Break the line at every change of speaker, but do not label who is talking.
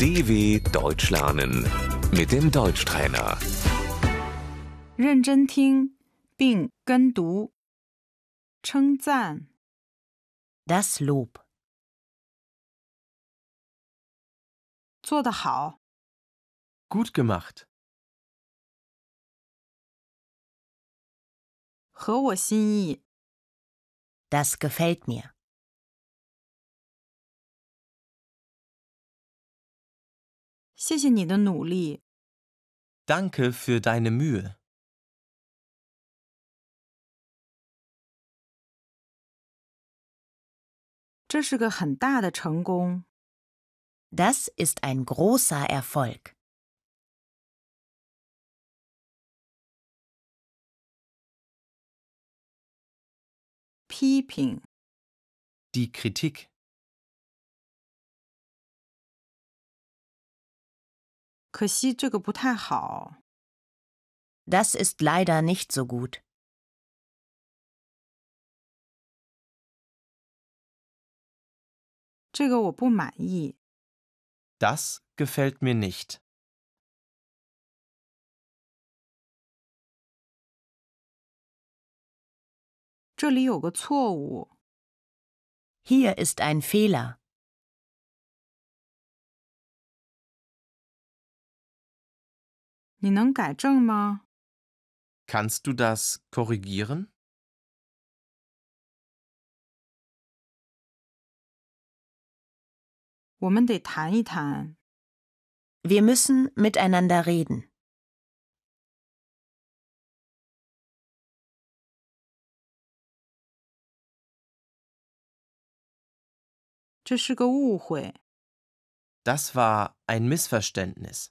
DW Deutsch lernen mit dem Deutschtrainer.
认真听并跟读。称赞、
Das Lob.
做得好、
Gut gemacht.
合我心意、
Das gefällt mir.
谢谢你的努力、
Danke für deine Mühe.
这是个很大的成功。
Das ist ein großer Erfolg.
批评、
Die Kritik.
可惜这个不太好。
Das ist leider nicht so gut.
这个我不满意。
Das gefällt mir nicht.
这里有个错误。
Hier ist ein Fehler.
你能改正吗？
Kannst du das korrigieren?
我们得谈一谈。
Wir müssen miteinander reden.
这是个误会。
Das war ein Missverständnis.